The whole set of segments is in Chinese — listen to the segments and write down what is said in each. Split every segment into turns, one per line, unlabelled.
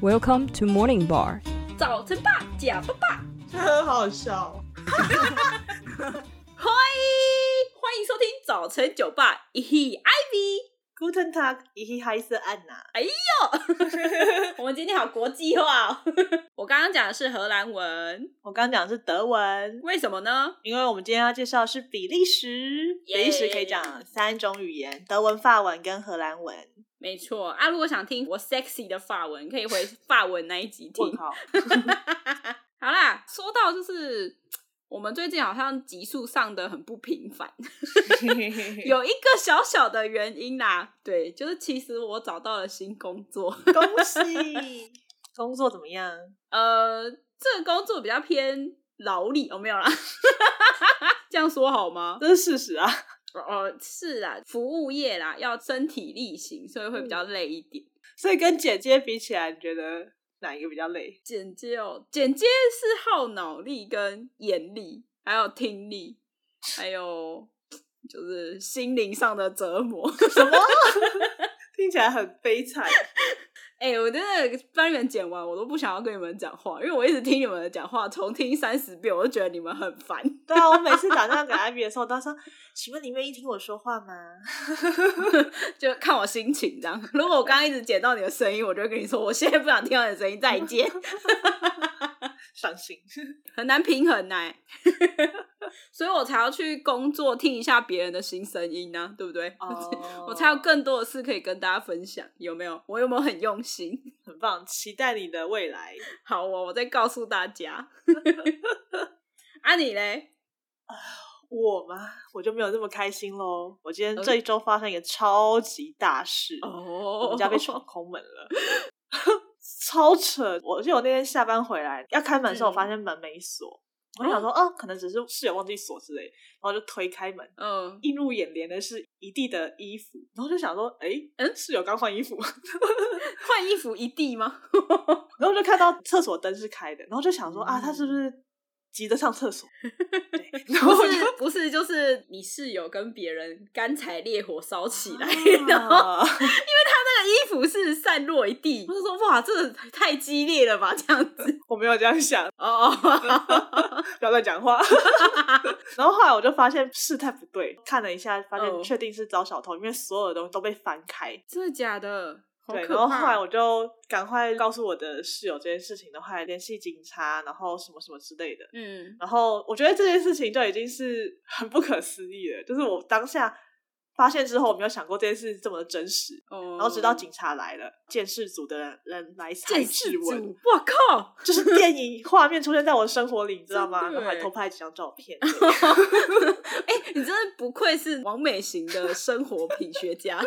Welcome to Morning Bar。
早晨吧，假爸爸，
很好笑。
欢迎欢迎收听早晨酒吧，咦嘿，Ivy。
Guten Tag，一起嗨色按呐。
我们今天好国际化、哦，我刚刚讲的是荷兰文，
我刚讲的是德文，
为什么呢？
因为我们今天要介绍的是比利时。
耶
比利时可以讲三种语言：德文、法文跟荷兰文。
没错啊，如果想听我 sexy 的法文，可以回法文那一集听。
我靠，
好啦，说到就是我们最近好像集数上的很不平 凡，有一个小小的原因啦，对，就是其实我找到了新工作，
恭喜！工作怎么样？
呃，这个工作比较偏劳力，哦，没有啦， 这样说好吗？
这是事实啊。
哦，是啦，服务业啦，要身体力行，所以会比较累一点。
所以跟姐姐比起来，你觉得哪一个比较累？
剪接哦，剪接是耗脑力、跟眼力，还有听力，还有就是心灵上的折磨。
什么？听起来很悲惨。
哎、我真的帮你们剪完，我都不想要跟你们讲话，因为我一直听你们的讲话，重听三十遍，我就觉得你们很烦。
对啊，我每次打电话给艾比的时候，他说：“请问你愿意听我说话吗
就看我心情这样。如果我刚刚一直捡到你的声音，我就会跟你说，我现在不想听到你的声音，再见。？”
伤心。
很难平衡呢、 所以我才要去工作听一下别人的新声音呢、对不对？
哦
我才有更多的事可以跟大家分享，有没有？我有没有很用心？
很棒，期待你的未来。
好哦，我再告诉大家。 啊，你嘞？
我嘛，我就没有这么开心喽。我今天
嗯
这一周发生一个超级大事，我
哦
们家被 闯空门了， 超扯！我记得我那天下班回来要开门的时候，
嗯
我发现门没锁，我就想说，哦、可能只是室友忘记锁之类，然后就推开门，
嗯，
映入眼帘的是一地的衣服，然后就想说，哎、
嗯
室友刚换衣服，
换衣服一地吗？
然后就看到厕所灯是开的，然后就想说，啊，他是不是急着上厕 所？对，然后
嗯不，
我就是
不是，就是你室友跟别人干柴烈火烧起来，然后
啊
那个衣服是散落一地。我就说，哇，这太激烈了吧， 这样子。
我没有这样想，
哦哦，
不要乱讲话。 然后后来我就发现事态不对，看了一下，发
嗯
现确定是遭小偷，因为所有的东西都被翻开。
真的假的？好
对，
可
然后后
怕
来我就赶快告诉我的室友这件事情，然后还联系警察，然后什么什么之类的。
嗯，
然后我觉得这件事情就已经是很不可思议了，就是我当下发现之后，我没有想过这件事这么的真实。
哦，
然后直到警察来了，鉴识组的人人来采
见事
指 纹，
主，我靠，
就是电影画面出现在我生活里，你知道吗？
真的
然后还
欸
偷拍几张照片。
哎、你真的不愧是完美型的生活品学 家，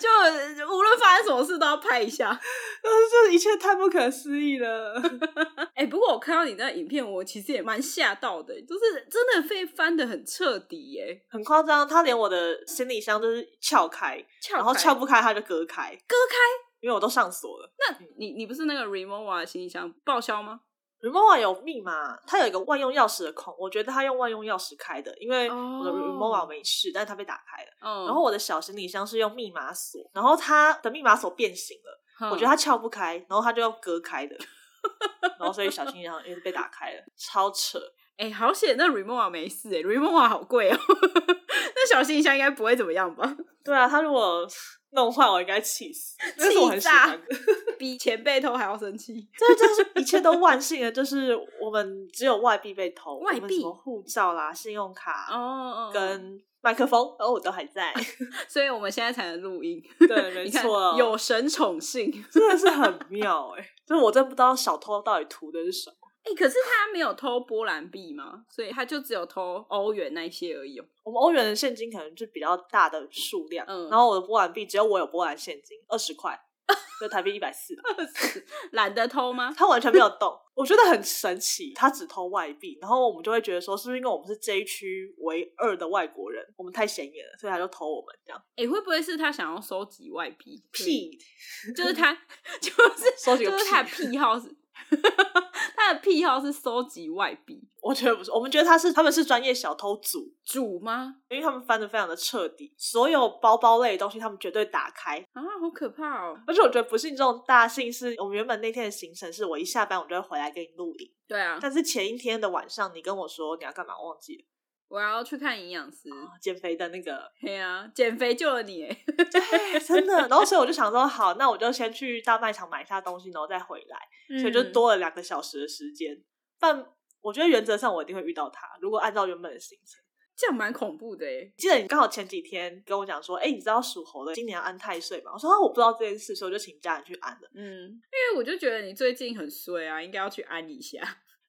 就无论发生什么事都要拍一下。
但是这一切太不可思议了。
哎、不过我看到你那影片，我其实也蛮吓到的，就是真的被翻的很彻底耶、
很夸张，他连我的行李箱都是撬开，然后撬
开
不开他就割开，
割开。
因为我都上锁了。
那你你不是那个 Remova 行李箱报销吗？
Remova 有密码，它有一个万用钥匙的孔，我觉得他用万用钥匙开的，因为我的
哦
Remova 我没试，但是它被打开了。
嗯，
然后我的小行李箱是用密码锁，然后它的密码锁变形了，
哼
我觉得它撬不开，然后它就用割开的， 然后所以小行李箱也是被打开了，超扯。
哎、好险，那 Remova 没事哎、r e m o v a 好贵哦、 那小行李箱应该不会怎么样吧？
对啊，他如果弄坏我应该气 死，这是我很喜
炸
欢的。
比前辈偷还要生 气。
这就是一切都万幸的，就是我们只有外币被偷，
外
我们什
币
么护照啦、信用卡、
哦
跟麦克风，哦，我都还 在。
所以我们现在才能录音。
对，没
你看
错，
有神宠幸。
真的是很妙哎、就是我真不知道小偷到底图的是什么。
哎、可是他没有偷波兰币吗？所以他就只有偷欧元那一些而已、哦。
我们欧元的现金可能就比较大的数量，
嗯
然后我的波兰币只有我有波兰现金二十块，就台币一百四，
懒得偷吗？
他完全没有动，我觉得很神奇。他只偷外币，然后我们就会觉得说，是不是因为我们是这一区唯二的外国人，我们太显眼了，所以他就偷我们这样？
哎、会不会是他想要收集外币？
屁！
对，就是他，就是
收集个
就是
屁
他的癖好是 他的癖好是收集外币，
我觉得不是，我们觉得他是他们是专业小偷组，
主吗？
因为他们翻的非常的彻底，所有包包类的东西他们绝对打开。
啊，好可怕哦！
而且我觉得不幸中的大幸是，我们原本那天的行程是我一下班我就会回来给你录影，
对啊，
但是前一天的晚上你跟我说你要干嘛，我忘记了。
我要去看营养师。
啊减肥的 那个，
嘿啊，减肥救了你耶，
对，真的。然后所以我就想说，好，那我就先去大卖场买一下东西，然后再回来。所
嗯
以就多了两个小时的时间。但我觉得原则上我一定会遇到他，如果按照原本的行程。
这样蛮恐怖的耶。
记得你刚好前几天跟我讲说，哎、你知道属猴的今年要安太岁吗？我说啊，我不知道这件事，所以我就请家人去安了。
嗯，因为我就觉得你最近很衰啊，应该要去安一下。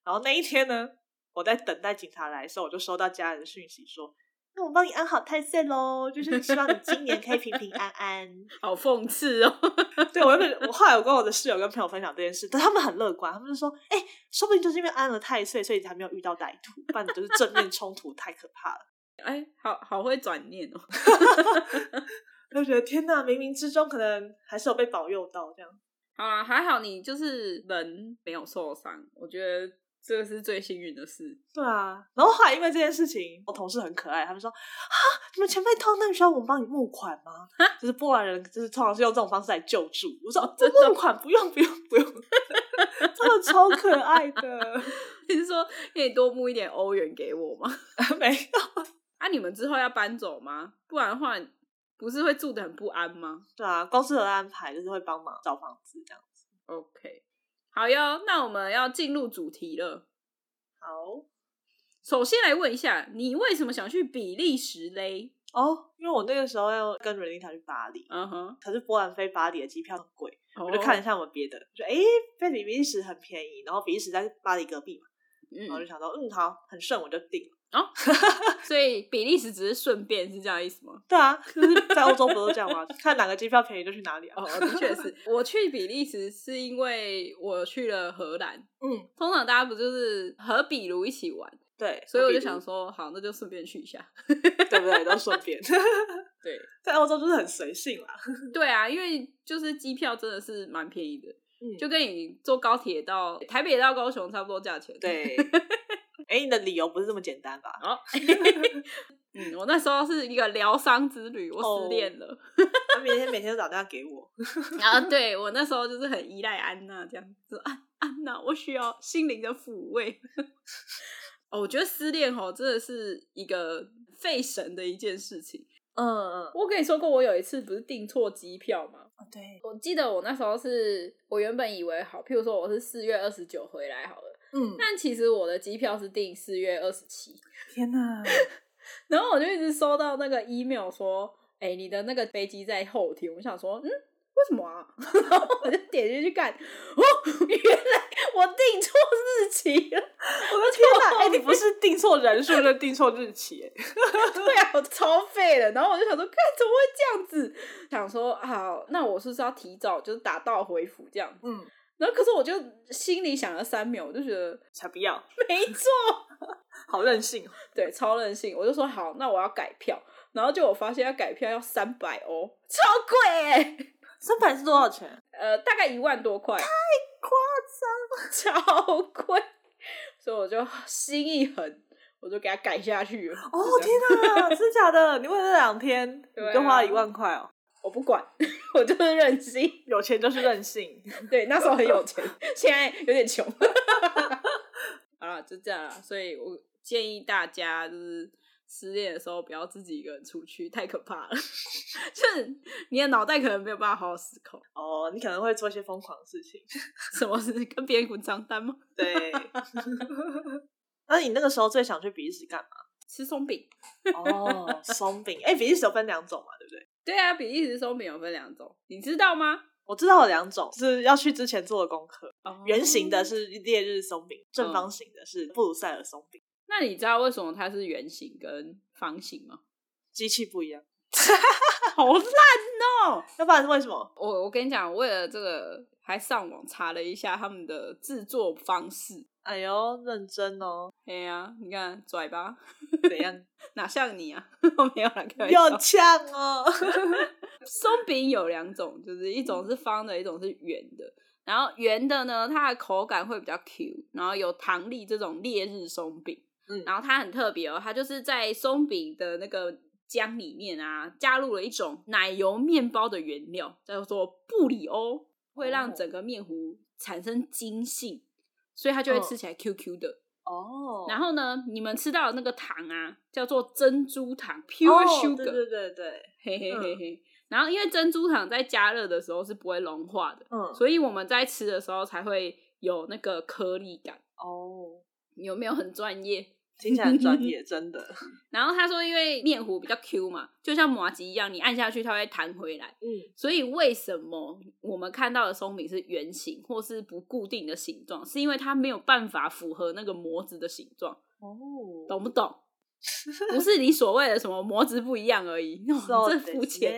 然后那一天呢，我在等待警察来的时候，我就收到家人讯息说，那我帮你安好太岁喽，就是希望你今年可以平平安 安。
好讽刺哦！
对我原本我后来我跟我的室友跟朋友分享这件事，但他们很乐观，他们就说：“哎、说不定就是因为安了太岁，所以才没有遇到歹徒，不然你就是正面冲突太可怕了。
哎，好好会转念哦。”
我就觉得天呐，冥冥之中可能还是有被保佑到这样。
好啦，还好你就是人没有受伤，我觉得这个是最幸运的事。
对啊，然后后来因为这件事情，我同事很可爱，他们说：“啊，你们钱被偷，那你需要我们帮你募款 吗？”就是波兰人，就是通常是用这种方式来救助。我说：“哦
真的
募款不用，不用，不用。” 真的超可爱 的，
你是说可以多募一点欧元给我吗？
没有。
啊，你们之后要搬走吗？不然的话，不是会住的很不安吗
对啊，公司有安排，就是会帮忙找房子这样。
？OK，好哟，那我们要进入主题了。
好
首先来问一下，你为什么想去比利时嘞？
哦，因为我那个时候要跟 Renita 去巴黎，
嗯哦哼，
可是波兰飞巴黎的机票很贵，
我
我就看了一下我们别的，就哎，诶飞比利时很便宜，然后比利时在巴黎隔壁嘛，然后就
嗯，
想到嗯好，很顺我就定了。
所以比利时只是顺便，是这样意思吗？
对啊， 就是在欧洲不都这样吗？看哪个机票便宜就去哪里啊。
哦， 的确是。我去比利时是因为我去了荷兰，
嗯，
通常大家不就是和比如一起玩，
对，
所以我就
比利时
想，说，好，那就顺便去一下。
对不对？都顺便，
对，
在欧洲就是很随性啦。
对啊，因为就是机票真的是蛮便宜的，
嗯，
就跟你坐高铁到台北到高雄差不多价钱。，
对。 哎，你的理由不是这么简单吧？
哦，嗯，我那时候是一个疗伤之旅，我失
哦
恋了、
他每天每天都打电话给我，
然后对我那时候就是很依赖安娜这样子，安安娜，我需要心灵的抚慰。 哦，我觉得失恋吼真的是一个费神的一件事情。
嗯嗯，
我跟你说过，我有一次不是订错机票吗？
哦对，
我记得我那时候是我原本以为好，譬如说我是四月二十九回来好了，
嗯，
但其实我的机票是订四月二十七，
天 哪，
然后我就一直收到那个 email 说，哎、你的那个飞机在后天，我想说，嗯，为什么啊？ 然后我就点进去看，哦，原来我订错日期了，
我的天 哪！哎、你不是订错人数，就是订错日期、哎
对啊，我超废了。然后我就想说，看怎么会这样子？想说，好，那我是不是要提早就是打道回府这样子？
嗯，
然后可是我就心里想了三秒，我就觉得
才不要，
没错，
好任性哦。
对，超任性。我就说好，那我要改票。然后就我发现要改票要三百欧，超贵哎、
三百是多少钱？
呃，大概一万多块，太夸张，超贵。所以我就心一横，我就给它改下去了。
哦
就这样
天哪，真假的？你为了这两天，
对啊
你就花了一万块哦。
我不管， 我就是任性。
有钱就是任性，
对，那时候很有钱，现在有点穷。 好了，就这样啦。所以我建议大家就是失恋的时候不要自己一个人出去，太可怕了。 就是你的脑袋可能没有办法好好思考，
哦，你可能会做一些疯狂的事情。
什么是跟别人滚账单吗？
对， 那你那个时候最想去比利时干嘛？
吃松饼。
哦，松饼。哎、比利时有分两种嘛，对不对？
对啊，比利时松饼有分两种，你知道吗？
我知道有两种，是要去之前做的功课。
哦
圆形的，是烈日松饼，正方形的是布鲁塞尔松饼，
那你知道为什么它是圆形跟方形 吗？
机器不一样。
好烂哦！
要不然是为什么？
我我跟你讲，为了这个还上网查了一下他们的制作方式，
哎呦，认真 哦，
哎呀，你看拽吧，
怎样？
哪像你啊？ 没有啦，开玩
要
笑。
呛哦！嗯
松饼有两种，就是一种是方的，一种是圆的。然后圆的呢，它的口感会比较 Q，然后有糖粒这种烈日松饼，
嗯
然后它很特别哦，它就是在松饼的那个浆里面啊，加入了一种奶油面包的原料，叫做布里欧，会让
哦
整个面糊产生筋性，所以它就会
嗯
吃起来 QQ 的。
哦
然
后
后呢，你们吃到的那个糖啊，叫做珍珠糖 （pure sugar），、
哦对对对对，
嘿嘿嘿嘿。然后因为珍珠糖在加热的时候是不会融化的，
嗯，
所以我们在吃的时候才会有那个颗粒感。
哦，
有没有很专业？
听起来很专业，真的，
然后他说，因为面糊比较 Q 嘛，就像麻吉一样，你按下去它会弹回来。
嗯，
所以为什么我们看到的松饼是圆形或是不固定的形状，是因为它没有办法符合那个模子的形状，
哦，
懂不懂？不是你所谓的什么模子不一样而已，
So
哦 这肤浅
で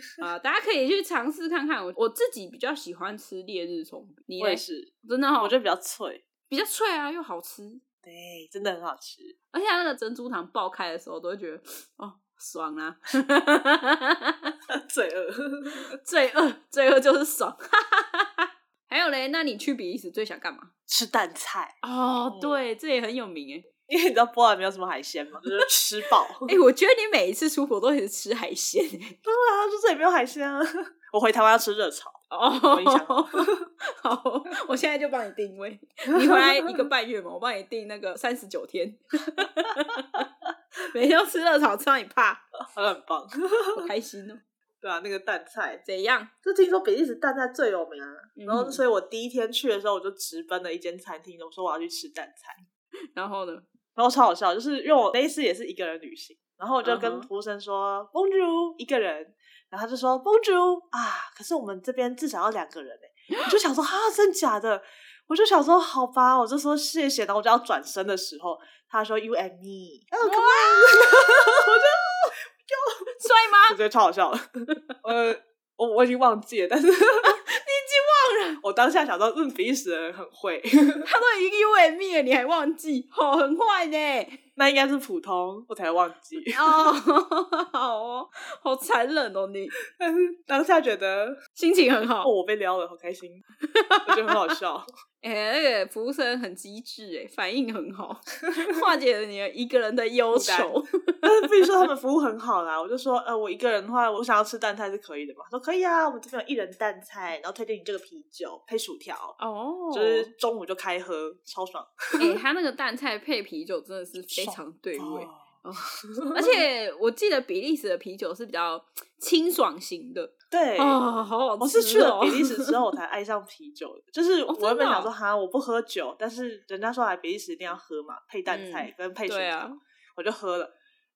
すね，
啊！大家可以去尝试看看。我我自己比较喜欢吃烈日松饼，你
我
嘞
也？是，
真的哈、哦
我觉得比较脆，
比较脆啊，又好吃，
对，真的很好吃，
而且它那个珍珠糖爆开的时候，都会觉得哦爽啊，
罪恶。
罪恶罪恶就是爽。 还有嘞，那你去比利时最想干嘛？
吃淡菜，
哦
哦，
对，这也很有名欸诶。
因为你知道波兰没有什么海鲜嘛，就是吃 饱。
哎、我觉得你每一次出国都一直吃海鲜欸诶。
对啊，就这里没有海鲜啊。 我回台湾要吃热 炒，
哦，
一想好
好，我现在就帮你定位。 你回来一个半月嘛，我帮你定那个三十九天， 每天都吃热炒，吃到你 怕，
很棒。
好开心哦。
对啊，那个淡菜，
怎样？
就听说比利时淡菜最有名啊。然后，
嗯
所以我第一天去的时候，我就直奔了一间餐厅，我说我要去吃淡菜。
然后呢？
然后超好笑，就是因为我那一次也是一个人旅行，然后我就
嗯
跟
哼
服务生说 “Bonjour” 一个人，然后他就说 “Bonjour” 啊，可是我们这边至少要两个人哎、我就想说哈，真假的？我就想说好吧，我就说谢谢，然后我就要转身的时候，他说 “You and me”，哦，干嘛？
帅吗？
我觉得超好 笑的，呃。我我已经忘记了，但是哦你已经忘了。我当下想到，嗯，比利时人很 会，
他都已经 U M E 了，你还忘记？哦，很坏 呢。
那应该是普通，我才忘记。
哦，好哦，好残忍哦，你
但是当下觉得
心情很好
哦，。我被撩了，好开心，我觉得很好笑。
哎、那个服务生很机智，哎，反应很 好，化解了你的一个人的忧愁。
但是必须说他们服务很好啦，我就说，呃，我一个人的话，我想要吃蛋菜是可以的嘛？他说可以啊，我们这边有一人蛋菜，然后推荐你这个啤酒配薯条，
哦
就是中午就开喝，超爽。
哎、他那个蛋菜配啤酒真的是非常对味，
哦
而且我记得比利时的啤酒是比较清爽型的，
对。
哦，好好吃、哦。
我是去了比利时之后，我才爱上啤酒的。就是
哦
我原
真
本
的哦
想说，哈，我不喝酒，但是人家说来比利时一定要喝嘛，配蛋菜跟配薯
嗯对
条，
啊
我就喝了，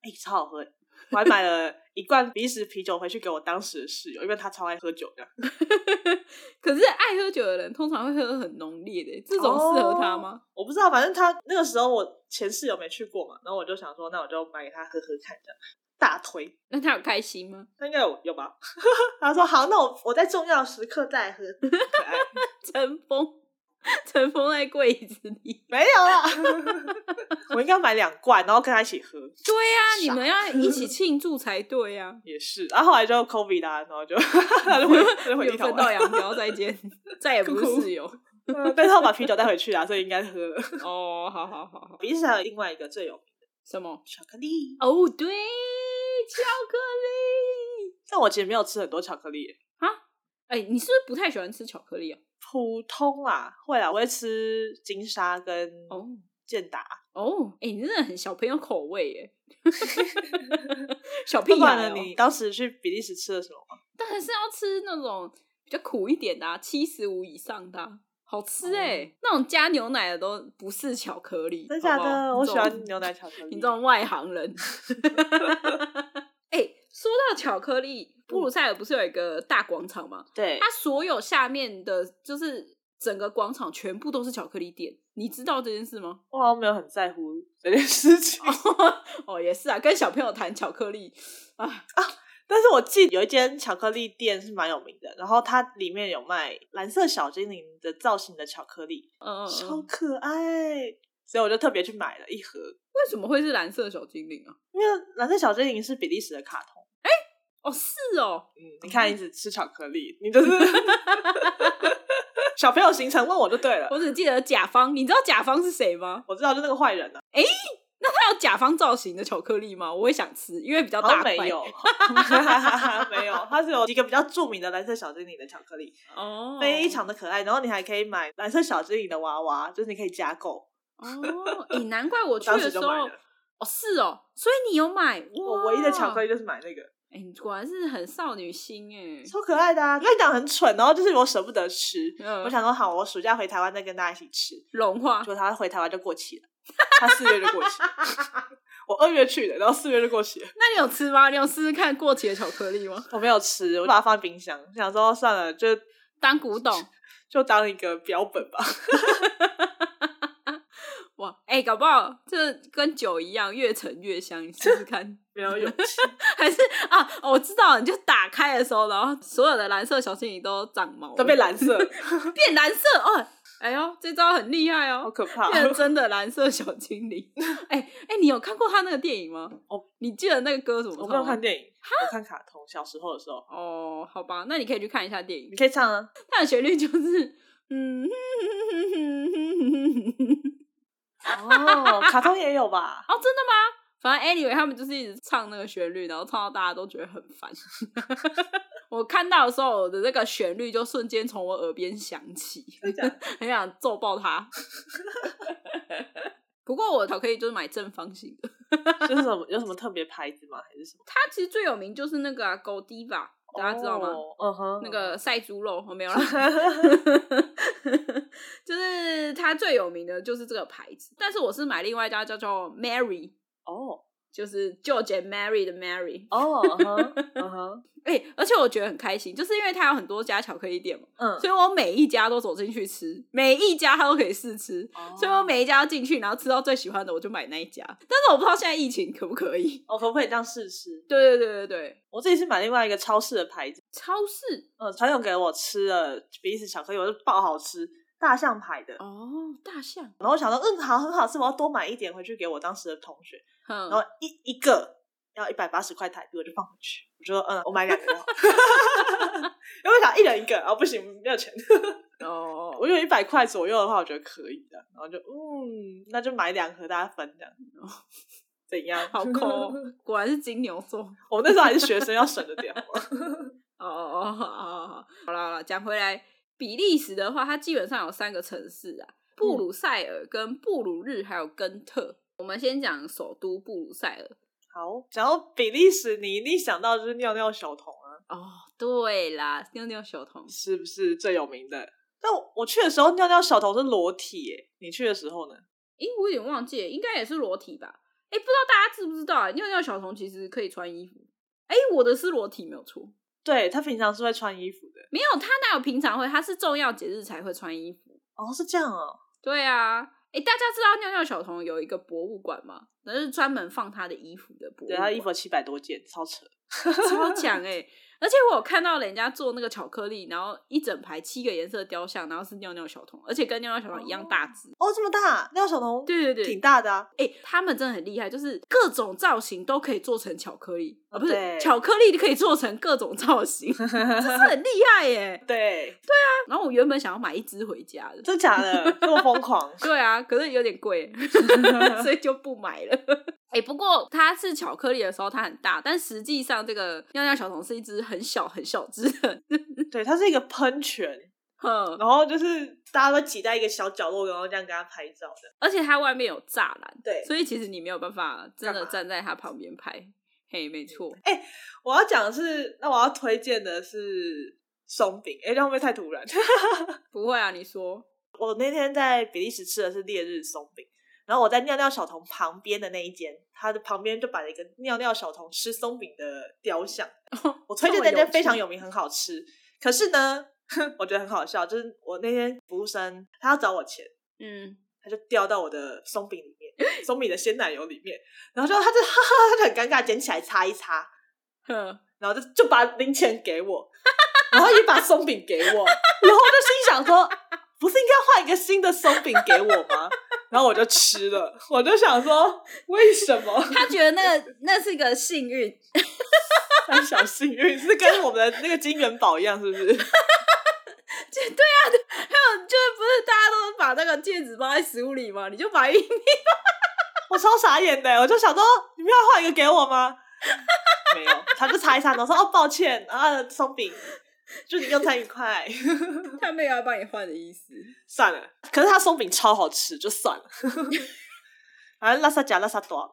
哎、超好喝！我还买了一罐比利时啤酒回去给我当时的室友，因为他超爱喝酒的。
可是爱喝酒的人通常会喝很浓烈的，这种适合他吗？
我不知道，反正他那个时候我前室友没去过嘛，然后我就想说，那我就买给他喝喝看，这样大推，
那他有开心 吗？
那应该有有吧？他说好，那我我在重要时刻再喝，可爱
尘封，尘封在柜子里。
没 有啦，我应该买两罐，然后跟他一起喝，
对呀、
傻
你们要一起庆祝才对呀、
也是。然后后来就 COVID 啦、然后就 他就回他就回
有
地头
分道
了，
扬镳，再见， 再也不是室友。
嗯但是他把啤酒带回去啦，所以应该喝了。
哦，好好好好，
比利时还有另外一个最有名的
什么？
巧克力，
哦，对，巧克力。
但我其实没有吃很多巧克力耶、
哎、你是不是不太喜欢吃巧克力啊？
普通啦，会啦，我会吃金沙跟
哦
健达。
哦，哎、你真的很小朋友口味 耶，小屁
不管
孩、
了，
哦。
你当时去比利时吃了什么吗？
当然是要吃那种比较苦一点的、啊，七十五以上的啊、好吃
哦
哎、那种加牛奶的都不是巧克力，
真假
好不好
的？我喜欢牛奶巧克力。
你这种，你这种外行 人。哎、说到巧克力，布鲁塞尔不是有一个大广场吗？
对
它所有下面的就是整个广场全部都是巧克力店，你知道这件事吗？
我好像没有很在乎这件事情，
哦，也是啊，跟小朋友谈巧克力啊，
但是我记得有一间巧克力店是蛮有名的，然后它里面有卖蓝色小精灵的造型的巧克力，
嗯、呃，
超
为
可爱，所以我就特别去买了一盒，
什么会是蓝色小精灵啊？
因为蓝色小精灵是比利时的卡通。
哦，是哦，
嗯，你看，一直吃巧克力，你就是 小朋友行程问我就对 了。
我只记得甲方，你知道甲方是谁吗？
我知道，就那个坏人啊，
那它有甲方造型的巧克力吗？我会想吃，因为比较
好
大
像
块。
没有， 没有，它是有一个比较著名的蓝色小精灵的巧克力，
哦，
非常的可爱。然后你还可以买蓝色小精灵的娃娃，就是你可以加购。
哦，诶、难怪我去
当时
的时
就
候，
买了
哦，是哦，所以你有买
我唯一的巧克
力，
力就是买那个，
哎、你果然是很少女心哎、
超可爱的啊！跟你讲很蠢，然后就是我舍不得吃，
嗯
我想说好，我暑假回台湾再跟大家一起吃。
融化
结，果他回台湾就过期了，他四月就过期了。 我二月去的，然后四月就过期了。
那你有吃吗？你有试试看过期的巧克力吗？
我没有吃，我把它放在冰箱，想说算了，就
当古董
就当一个标本吧。
哇！哎、搞不好这跟酒一样，越陈越香，你试试看。
没有勇气，
还是啊，我知道了，你就打开的时候，然后所有的蓝色小精灵都长毛了，
都被蓝色，
变蓝色哦。哎呦，这招很厉害
好
哦，
可怕。
变成真的蓝色小精 灵。哎哎，你有看过他那个电影吗？
哦，
你记得那个歌什么唱吗？
我没有看电影，我看卡通。小时候的时候，
哦，好吧，那你可以去看一下电影
你。可以唱啊。
它的旋律就是，嗯，
哦，卡通也有吧？
哦，真的吗？反正 anyway，他们就是一直唱那个旋律，然后唱到大家都觉得很烦。 我看到的时候，我的那个旋律就瞬间从我耳边响起，
真假的
很想揍爆他。不过我巧克力就是买正方形的，
就是什么有什么特别牌子吗？还是什么？
它其实最有名就是那个啊 Godiva，大家知道吗？
哦？嗯哼，
那个晒猪肉，哦我没有啦， 就是它最有名的就是这个牌子，但是我是买另外一家叫做 Mary，
哦
就是 George and Mary 的 Mary。
哦，嗯哼，嗯哼，
哎、而且我觉得很开心，就是因为它有很多家巧克力店嘛，
嗯。
所以我每一家都走进去吃，每一家它都可以试吃，所以我每一家都进去，然后吃到最喜欢的我就买那一家。但是我不知道现在疫情可不可以。
哦我可不可以这样试吃？
对对对对对，
我自己是买另外一个超市的牌子，
超市
嗯，朋友给我吃了比利时巧克力，我就爆好吃，大象牌的。
哦，大象，
然后我想说，嗯，好，很好吃，我要多买一点回去给我当时的同学。
嗯
然，后一一个要一百八十块台币，我就放回去。我就说，嗯，我买两个 就好，因为我想一人一个，然后不行，没有钱。
哦，
我有一百块左右的话，我觉得可以的。然后就，嗯，那就买两盒，大家分这样。 怎样？
好抠、哦，果然是金牛座。
我那时候还是学生，要省着点好吗。
哦哦哦，好好好，好了好了，讲回来，比利时的话，它基本上有三个城市啊，布鲁塞尔、跟布鲁日还有根特。我们先讲首都布鲁塞尔。
好，讲到比利时，你一定想到就是尿尿小童啊，
哦，对啦，妞妞小童，
是不是最有名的？但我我去的时候，尿尿小童是裸体耶，你去的时候呢？
诶，我有点忘记了，应该也是裸体吧？诶，不知道大家知不知道啊？尿尿小童其实可以穿衣服。诶，我的是裸体没有错，
对他平常是会穿衣服的。
没有他哪有平常会，他是重要节日才会穿衣服。
哦，是这样哦。
对啊，诶，大家知道尿尿小童有一个博物馆吗？那是专门放他的衣服的博物
对，
馆。
他衣服七百多件，超扯。
超强哎、而且我有看到人家做那个巧克力，然后一整排七个颜色的雕像，然后是尿尿小童，而且跟尿尿小童一样大只。
哦，这么大，尿小童
对对
挺
对，
大的啊。
哎、他们真的很厉害，就是各种造型都可以做成巧克力啊，
哦
不是
对
巧克力就可以做成各种造型，真是很厉害耶、
对，
然后我原本想要买一只回家的，。
真假的，这么疯 狂
对啊，可是有点贵， 所以就不买了。哎、不过它是巧克力的时候它很大，但实际上这个尿尿小童是一只很小很小只的，
对，它是一个喷泉，
哼，
然后就是大家都挤在一个小角落，然后这样给他拍照的。
而且它外面有栅栏，
对
所以其实你没有办法真的
干嘛
站在它旁边拍。嘿，没错，
我要讲的是，那我要推荐的是松饼。哎，这样会不会太突然？
不会啊，你说
我那天在比利时吃的是烈日松饼，然后我在尿尿小童旁边的那一间，它的旁边就摆了一个尿尿小童吃松饼的雕像。我推荐那间非常有名，很好吃。可是呢， 我觉得很好笑，就是我那天服务生他要找我钱，
嗯，
他就掉到我的松饼里面，松饼的鲜奶油里面，然后就他就 哈哈，他就很尴尬，捡起来擦一擦，
哼，
然后就就把零钱给我，然后也把松饼给我，然后我就心想说，不是应该换一个新的松饼给我吗？然后我就吃了，我就想说，为什么
他觉得那个那是个幸运，
三小幸运是跟我们的那个金元宝一样，是不是？
戒对啊，还有就是不是大家都把那个戒指包在食物里吗？你就把玉米，
我超傻眼的，我就想说，你们要画一个给我吗？没有，他就擦一擦，然后说哦，抱歉啊，松饼，祝你用餐愉快。
他没有要帮你换的意思。
算了，可是他松饼超好吃，就算了。 反正拉萨加拉萨多。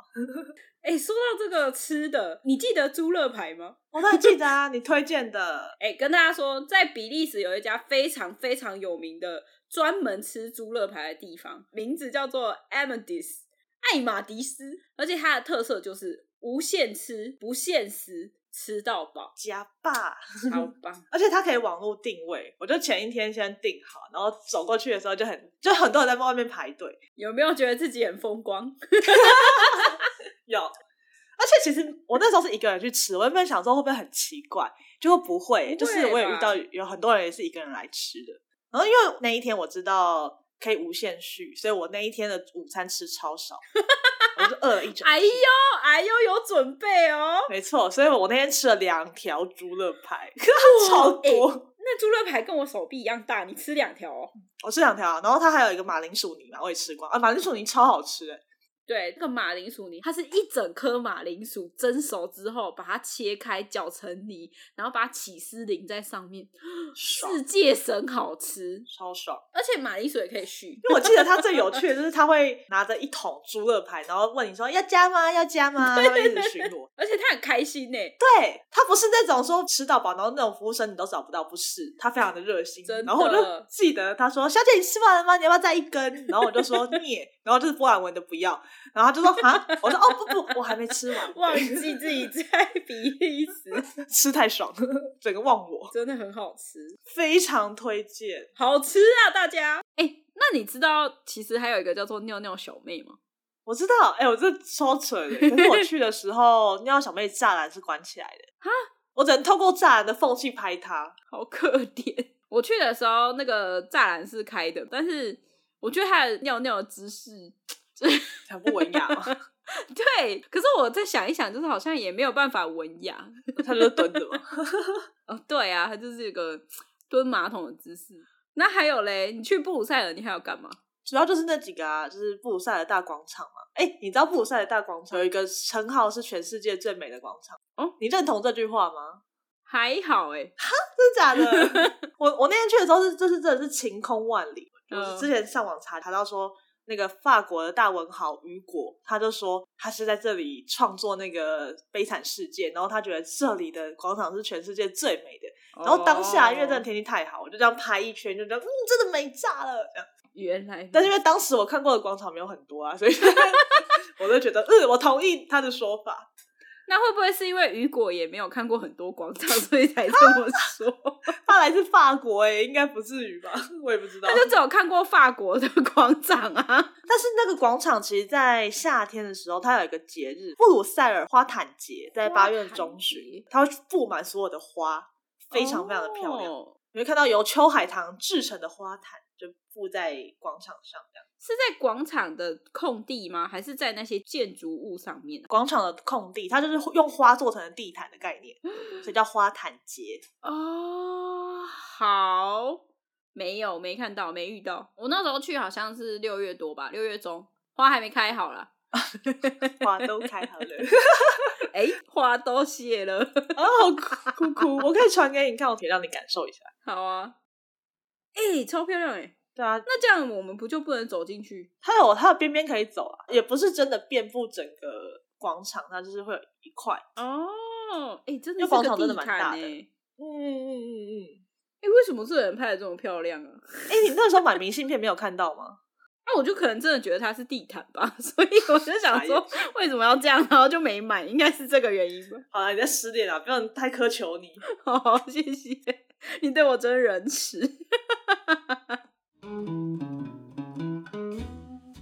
哎、欸，说到这个吃的，你记得猪肋排吗？
我当然记得啊，你推荐的。
哎、欸，跟大家说，在比利时有一家非常非常有名的专门吃猪肋排的地方，名字叫做 Amadis 艾马迪斯，而且它的特色就是无限吃、不限时，吃到 饱，
加霸，
超棒！
而且它可以网络定位，我就前一天先定好，然后走过去的时候就很，就很多人在外面排队。
有没有觉得自己很风光？
有，而且其实我那时候是一个人去吃，我原本想说会不会很奇怪，结果不会，
不
就
会
是我也
吧
遇到有很多人也是一个人来吃的。然后因为那一天我知道可以无限续，所以我那一天的午餐吃超少，我就饿了一整天。
哎呦，哎呦，有准备哦！
没错，所以我那天吃了两条猪肋排，
哇哎
超多。
那猪肋排跟我手臂一样大，你吃两条哦。
我吃两条啊，然后它还有一个马铃薯泥嘛，我也吃光啊，马铃薯泥超好吃哎、
对，那个马铃薯泥，它是一整颗马铃薯蒸熟之后，把它切开搅成泥，然后把起司淋在上面，
爽
世界神好吃。
超爽。
而且马铃薯也可以 续，
因为我记得它最有趣的就是它会拿着一桶猪肋排，然后问你说要加吗？要 加吗？它会一直巡逻。
而且它很开心 呢、
对，它不是那种说吃到饱，然后那种服务生你都找不到，不是，它非常的热心
真的。
然后我就记得他说：“小姐，你吃完了吗？你要不要再一根？”然后我 就说：“你。”然后就是波兰文的不要，然后他就说：“啊！”我说：“哦不不，我还没吃完，
忘记自己在比利时，
吃太爽，整个忘我，
真的很好吃。
非常推荐。
好吃啊，大家！哎、那你知道其实还有一个叫做尿尿小妹吗？”
我知道，哎、我这超蠢的。可是我去的时候，尿小妹栅栏是关起来的
啊，
我只能透过栅栏的缝隙拍她。
好可怜。我去的时候，那个栅栏是开的，但是我觉得他的尿尿的姿势，
很不文雅嘛，
对，可是我再想一想，就是好像也没有办法文雅。
她就蹲着嘛。
哦，对啊，他就是一个蹲马桶的姿势。那还有嘞，你去布鲁塞尔，你还要干嘛？
主要就是那几个啊，就是布鲁塞尔大广场嘛。哎、你知道布鲁塞尔大广场有一个称号是全世界最美的广场
哦？
你认同这句话吗？
还好哎，
真的假 的？我我那天去的时候是，就是真的是晴空万里。我
嗯
是之前上网查查到说，那个法国的大文豪雨果，他就说他是在这里创作那个《悲惨世界》，然后他觉得这里的广场是全世界最美的。然后当下因为真的
哦
天气太好，我就这样拍一圈，就觉得嗯，真的美炸了。这样
原来，
但是因为当时我看过的广场没有很多啊，所以 我就觉得，嗯，我同意他的说法。
那会不会是因为雨果也没有看过很多广场，所以才这么说？
他来自法国、欸，应该不至于吧？ 我也不知道
他。就只有看过法国的广场啊。
但是那个广场其实，在夏天的时候，它有一个节日——布鲁塞尔花毯节，在八月中旬，它会布满所有的花， 非常非常的漂亮。
哦
你会看到由秋海棠制成的花毯，就布在广场上。这样，
是在广场的空地吗？还是在那些建筑物上面啊？
广场的空地，它就是用花做成的地毯的概 念，所以叫花毯节。
哦，好，没有，没看到，没遇到。我那时候去好像是六月多吧，六月中，花还没开好啦。
花都开 好了。
哎、花都谢了。
啊，
哦
好哭哭，我可以传给你看，我可以让你感受一下。
好啊，哎、超漂亮哎、
对啊，
那这样我们不就不能走进去？
它有它的边边可以走啊，也不是真的遍布整个广场，它就是会有一块。
哦，哎、真的
那
是
广
个
场真的
地
蛮
毯
大
欸
的嗯嗯嗯嗯。
哎、为什么这人拍的这么漂亮啊？
哎、你那时候买明信片没有看到吗？
那我就可能真的觉得它是地毯吧， 所以我就想
傻
说，为什么要这样，然后就没买，应该是这个原因吧。
好了，你在失恋啊，不要太苛求你。
好，谢谢你对我真仁慈。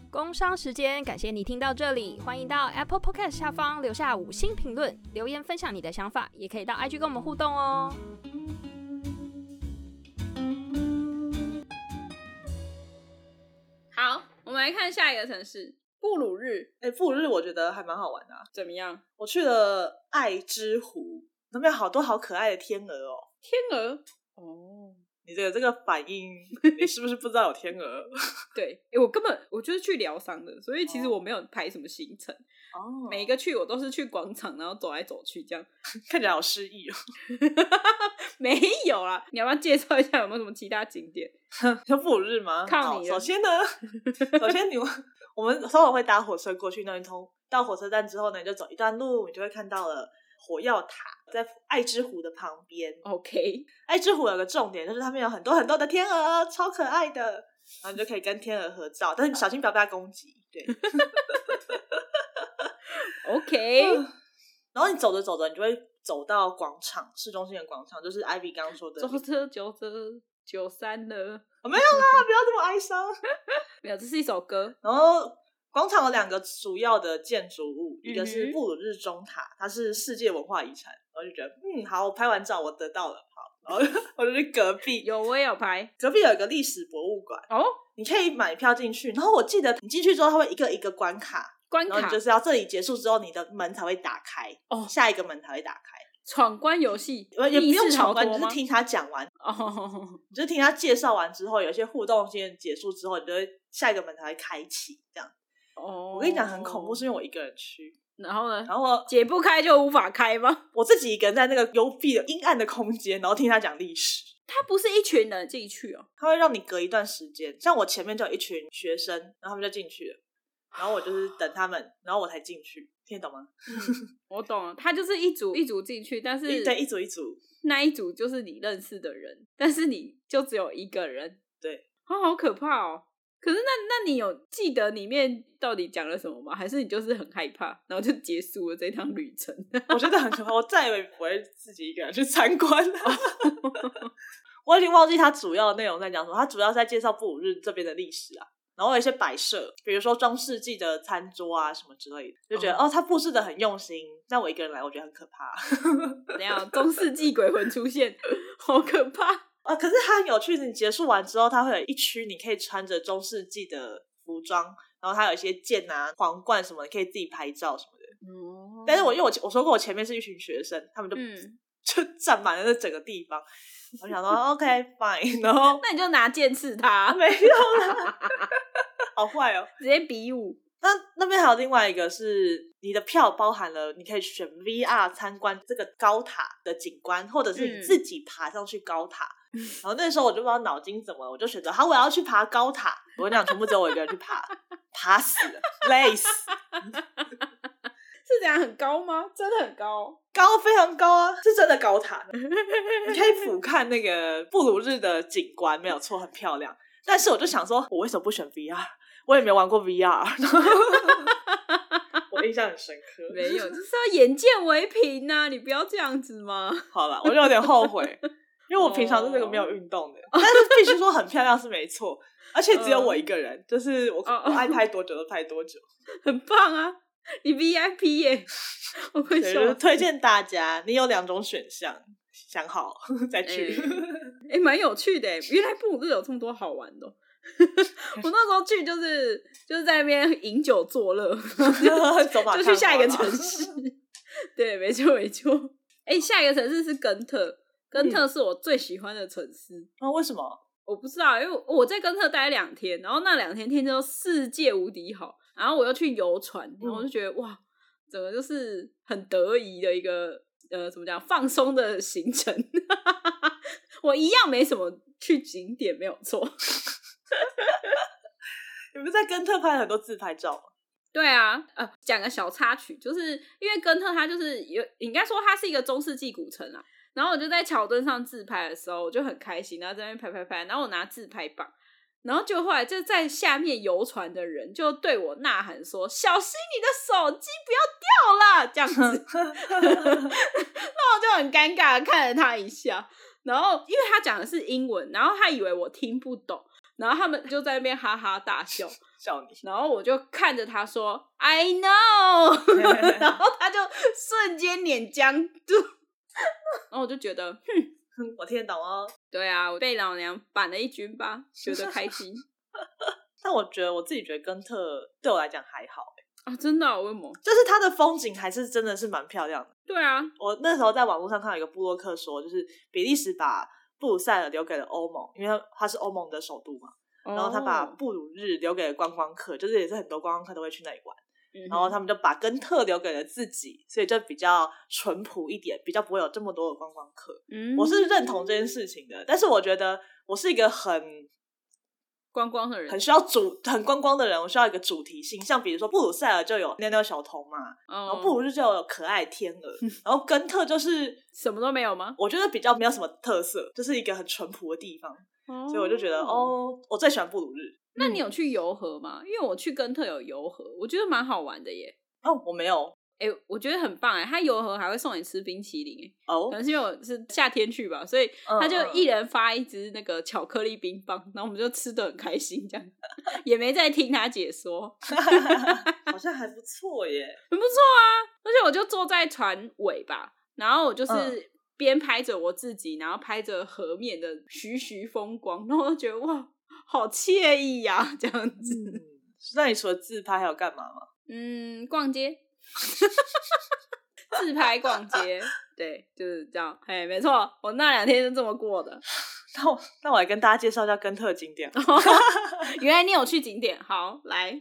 工商时间，感谢你听到这里，欢迎到 Apple Podcast 下方留下五星评论，留言分享你的想法，也可以到 IG 跟我们互动哦。
好，我们来看下一个城市布鲁日
哎、布鲁日我觉得还蛮好玩的、啊，
怎么样？
我去了爱之湖，那边有好多好可爱的天鹅哦。
天鹅哦，
你的这个反应，你是不是不知道有天鹅？
对，诶我根本我就是去疗伤的，所以其实我没有排什么行程，
哦
每一个去我都是去广场，然后走来走去这样。
看起来好失意哦，
没有啦，你要不要介绍一下有没有什么其他景点？
就不日吗？
靠
好
你了
首先呢，首先你们我们稍晚会搭火车过去，那你从到火车站之后呢，你就走一段路，你就会看到了火药塔，在爱之湖的旁边。
OK，
爱之哎湖有个重点就是他们有很多很多的天鹅，超可爱的，然后你就可以跟天鹅合照，但是小心不要被它攻击。 对，
OK，
然后你走着走着，你就会走到广场，市中心的广场，就是艾比刚刚说的。
周
哦
车九折九三了，
没有啊啦，不要这么哀伤。
没有，这是一首歌。
然后广场有两个主要的建筑物，一个
嗯
是
哼
布鲁日钟塔，它是世界文化遗产。然后就觉得，嗯，好，我拍完照，我得到了，好，然后 我就去隔壁，
有我也有排
隔壁有一个历史博物馆，
哦，
你可以买票进去。然后我记得你进去之后，它会一个一个关卡，
关
然后
卡
你就是要这里结束之后，你的门才会打开，
哦
下一个门才会打开，
闯关游戏，
呃也不
密
用
室
闯
逃
关，你
脱
就
吗
是？听他讲完，
哦，
你就听他介绍完之后，有一些互动性结束之后，你就会下一个门才会开启。这样，
哦，
我跟你讲很恐怖，是因为我一个人去，
然后呢？
然后我
解不开就无法开吗？
我自己一个人在那个幽闭的阴暗的空间，然后听他讲历史。
它不是一群人自己去哦，
他会让你隔一段时间，像我前面就有一群学生，然后他们就进去了，然后我就是等他们，然后我才进去，听得懂吗？
我懂了，它就是一组一组进去，但是
一对一组一组，
那一组就是你认识的人，但是你就只有一个人，
对，
啊、好可怕哦。可是那那你有记得里面到底讲了什么吗？还是你就是很害怕，然后就结束了这趟旅程？
我觉得很可怕，我再也不会自己一个人去参观了。 我已经忘记它主要的内容在讲什么，它主要是在介绍布鲁日这边的历史啊，然后有一些摆设，比如说中世纪的餐桌啊什么之类的，就觉得哦，他布置的很用心。但我一个人来，我觉得很可怕
怎样？中世纪鬼魂出现， 好可怕！
啊。可是它很有趣，你结束完之后，它会有一区你可以穿着中世纪的服装，然后它有一些剑啊、皇冠什么的，可以自己拍照什么的。
哦
但是我因为我我说过，我前面是一群学生，他们就、
嗯，
就占满了那整个地方。我想说 OK fine，然后
那你就拿剑刺他，
没有啦， 好坏哦。
直接比武。
那那边还有另外一个是你的票包含了，你可以选 VR 参观这个高塔的景观，或者是
嗯
你自己爬上去 高塔。然后那时候我就不知道脑筋怎么了，我就选择好，我要去爬高塔。我跟你讲，全部只有我一个人去爬，爬死了，累死，
是怎样很高吗？真的很高。
高非常高啊，是真的 高塔。你可以俯瞰那个布鲁日的景观，没有错，很漂亮。但是我就想说，我为什么不选 VR？我也没有玩过 VR，我印象很深刻。
没有，就是要眼见为凭呐、你不要这样子嘛。
好了，我就有点后 悔，因为我平常是那个没有运动的，
哦
但是必须说很漂亮是没错，而且只有我一个人，就是我、
哦
我爱拍多久就拍 多久，
很棒啊！你 VIP 耶、我会
对，就
笑
是
死。
推荐大家，你有两种选项，想好 再去。
哎、蛮有趣的、欸，原来布鲁日有这么多好玩的哦、 我那时候去就是就是在那边饮酒作乐，
走马
哎 就
看
去下一个
花
城 市。 对，没错没错。哎、下一个城市是根特，
嗯
根特是我最喜欢的城市。
啊？为什么？
我不知道，因为我在根特待两天，然后那两天天气都世界无敌好，然后我又去游船，然后我就觉得、哇，整个就是很得意的一个呃，怎么讲放松的行程。 我一样没什么去景点，没有错。
你们在跟特拍了很多自拍照吗？
对啊，呃，讲个小插曲，就是因为根特它就是有，应该说它是一个中世纪古城啊。然后我就在桥墩上自拍的时候，我就很开心，然后在那边拍拍拍，然后我拿自拍棒，然后就后来就在下面游船的人就对我呐喊说：“小心你的手机不要掉了！”这样子， 那我就很尴尬的看了他一下，然后因为他讲的是英文，然后他以为我听不懂，然后他们就在那边哈哈大笑。
笑 你
然后我就看着他说 “I know”，然 后他就瞬间脸僵住，然后我就觉得，
我听得懂哦。
对啊，我被老娘板了一军吧，觉得开 心
但我觉得我自己觉得跟特对我来讲还好，欸
啊、真的、啊，为什么？
就是它的风景还是真的是蛮漂亮的。
对啊，
我那时候在网络上看到一个布洛克说，就是比利时把布鲁塞尔留给了欧盟，因为它它是欧盟的首都嘛。然后他把
哦
布鲁日留给了观光客，就是也是很多观光客都会去那里玩。
嗯哼
然后他们就把根特留给了自己，所以就比较淳朴一点，比较不会有这么多的观光客。
嗯
我是认同这件事情的，但是我觉得我是一个很
观光的人哦
很，需要主很观光的人，我需要一个主题性，像比如说布鲁塞尔就有尿尿小童嘛，然
哦
后布鲁日就有可爱天鹅，然后根特就是
什么都没有吗？
我觉得比较没有什么特色，就是一个很淳朴的地方，
所
所以我就觉得，哦，嗯我最喜欢布鲁日。
那你有去游河吗？因为我去根特有游河，我觉得蛮好玩的耶。
哦，我没有
哎、我觉得很棒哎，他游河还会送你吃冰淇淋哎，
哦嗯
可，能是因为我是夏天去吧，所以他就一人发一支那个巧克力冰棒，然后我们就吃的很开心，这样 也没在听他解说，
嗯好像还不错耶。
很不错啊。而且我就坐在船尾吧，然后我就是
嗯
边拍着我自己，然后拍着河面的徐徐风光，然后我就觉得哇，好惬意呀、这样子。
嗯，那你除了自拍还有干嘛吗？
嗯，逛街， 自拍逛街，对，就是这样。哎，没错，我那两天是这么过的。
那我那我来跟大家介绍一下根特景点。
原来你有去景点，好，来，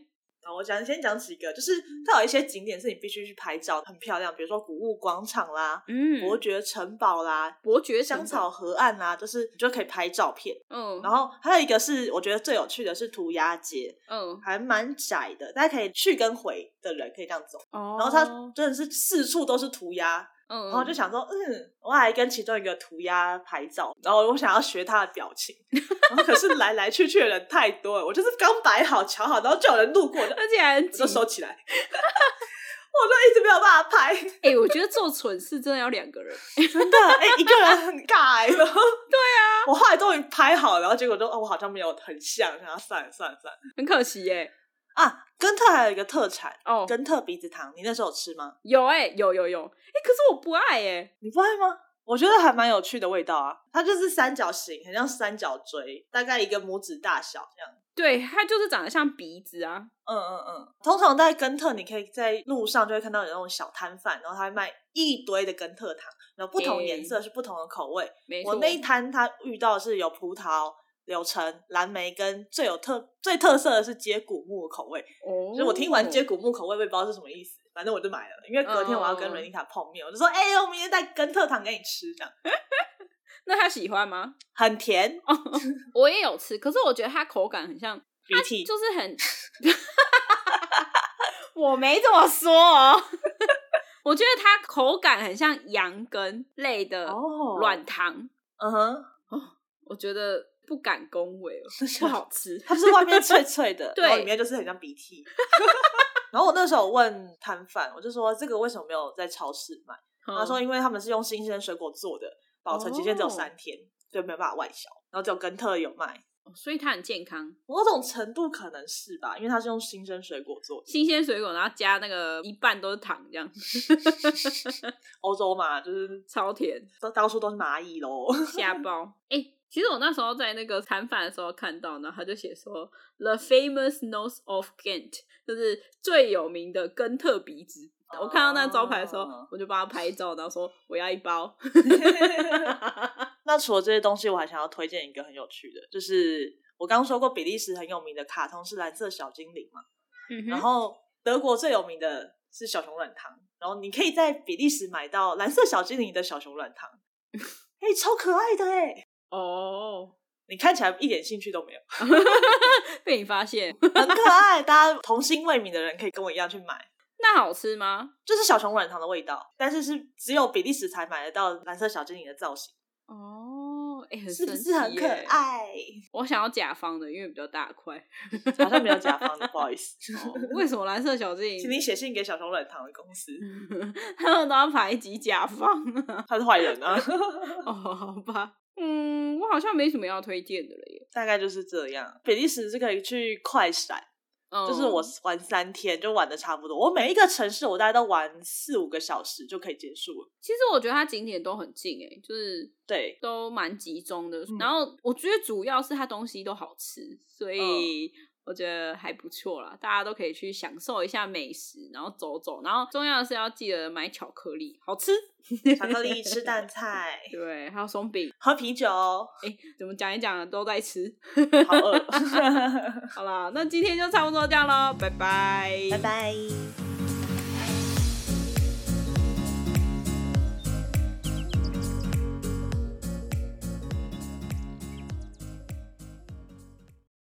好，我讲先讲几个，就是它有一些景点是你必须去拍照，很漂亮，比如说古物广场啦、
嗯
伯爵城堡啦、
伯爵城
香
堡
草，河岸啦，就是你就可以拍照片。
嗯，
然后还有一个是我觉得最有趣的是涂鸦街，
嗯，
还蛮窄的，大家可以去跟回的人可以这样走。
哦，
然后它真的是四处都是涂鸦，
嗯，
然后我就想说，嗯，我还跟其中一个涂鸦拍照，然后我想要学他的表 情，然后可是来来去去的人太多了，我就是刚摆好、瞧好，然后就有人路过，我就
而且还很
我
紧
就，收起来，我就一直没有办法拍，
哎、我觉得做蠢事真的要两个人，
真的，哎、一个人很尬、欸，然后对啊，我后来终于拍好了，然后结果就哦，我好像没有很像，然后算了算了算了
很可惜耶、
啊，根特还有一个特产，
哦，
根特鼻子糖，你那时候有吃吗？
有哎、有有有，哎、可是我不爱哎、
你不爱吗？我觉得还蛮有趣的味道啊，它就是三角形，很像三角锥，大概一个拇指大小这样。
对，它就是长得像鼻子啊，
嗯嗯嗯，通常在根特，你可以在路上就会看到有那种小摊贩，然后他会卖一堆的根特糖，然后不同颜色是不同的口味。
没错，
我那一摊他遇到的是有葡萄、柳橙、蓝莓跟最有特最特色的是接骨木的口味，
哦，
就是我听完接骨木口味，我也不知道是什么意思，反正我就买了，因为隔天我要跟
嗯
瑞妮塔碰面，我就说，哎、我明天带根特糖给你吃，这样
那他喜欢吗？
很甜，
我也有吃，可是我觉得它口感很像
鼻涕
就是 很，我没这么说哦。 我觉得它口感很像羊羹类的
哦
软糖，
嗯哼，
我觉得不敢恭维哦，不好吃。
它就是外面脆 脆的，
对
然后里面就是很像鼻涕。 然后我那时候问摊贩，我就说这个为什么没有在超市买？他
嗯
说因为他们是用新鲜水果做的，保存期限
哦
只有三天，所以没有办法外销，然后只有根特有卖。
嗯，所以它很健康，
某种程度可能是吧，因为它是用新鲜水果做的，
新鲜水果，然后加那个一半都是糖，这样
欧洲嘛，就是
超甜，
都到处都是蚂蚁喽。
吓爆！哎、其实我那时候在那个摊贩的时候看到，然后他就写说 The famous nose of Ghent，就是最有名的根特鼻子。
哦
我看到那招牌的时候，我就帮他拍照，然后说我要一包。
那除了这些东西，我还想要推荐一个很有趣的，就是我刚刚说过比利时很有名的卡通是蓝色小精灵嘛。
嗯
然后德国最有名的是小熊软糖，然后你可以在比利时买到蓝色小精灵的小熊软 糖，哎、超可爱的哎、
哦，
你看起来一点兴趣都没有，
被你发现，
很可爱。大家童心未泯的人可以跟我一样去买，
那好吃吗？
就是小熊软糖的味道，但是是只有比利时才买得到蓝色小精灵的造型，
哦，哎、很
是不
神
是很
奇
可
耶？
爱？
我想要甲方的，因为比较大块。
好像没有甲方的，不好意思，
哦为什么蓝色小精
请
灵
你写信给小熊软糖的公司，
嗯他们都要排挤甲方啊？
他是坏人啊。
哦，好吧，嗯，我好像没什么要推荐的了耶。
大概就是这样，比利时是可以去快闪。
嗯
就是我玩三天就玩的差不多，我每一个城市我大概都玩四五个小时就可以结束了。
其实我觉得它景点都很近诶、就是
对，
都蛮集中的。
嗯
然后我觉得主要是它东西都好吃，所以我觉得还不错啦，大家都可以去享受一下美食，然后走走，然后重要的是要记得买巧克力，好 吃。
巧克力吃蛋菜，
对，还有松饼，
喝啤酒，好
哎、怎么讲一讲都在吃。
饿。哦
好啦，那今天就差不多这样喽，拜拜，
拜拜。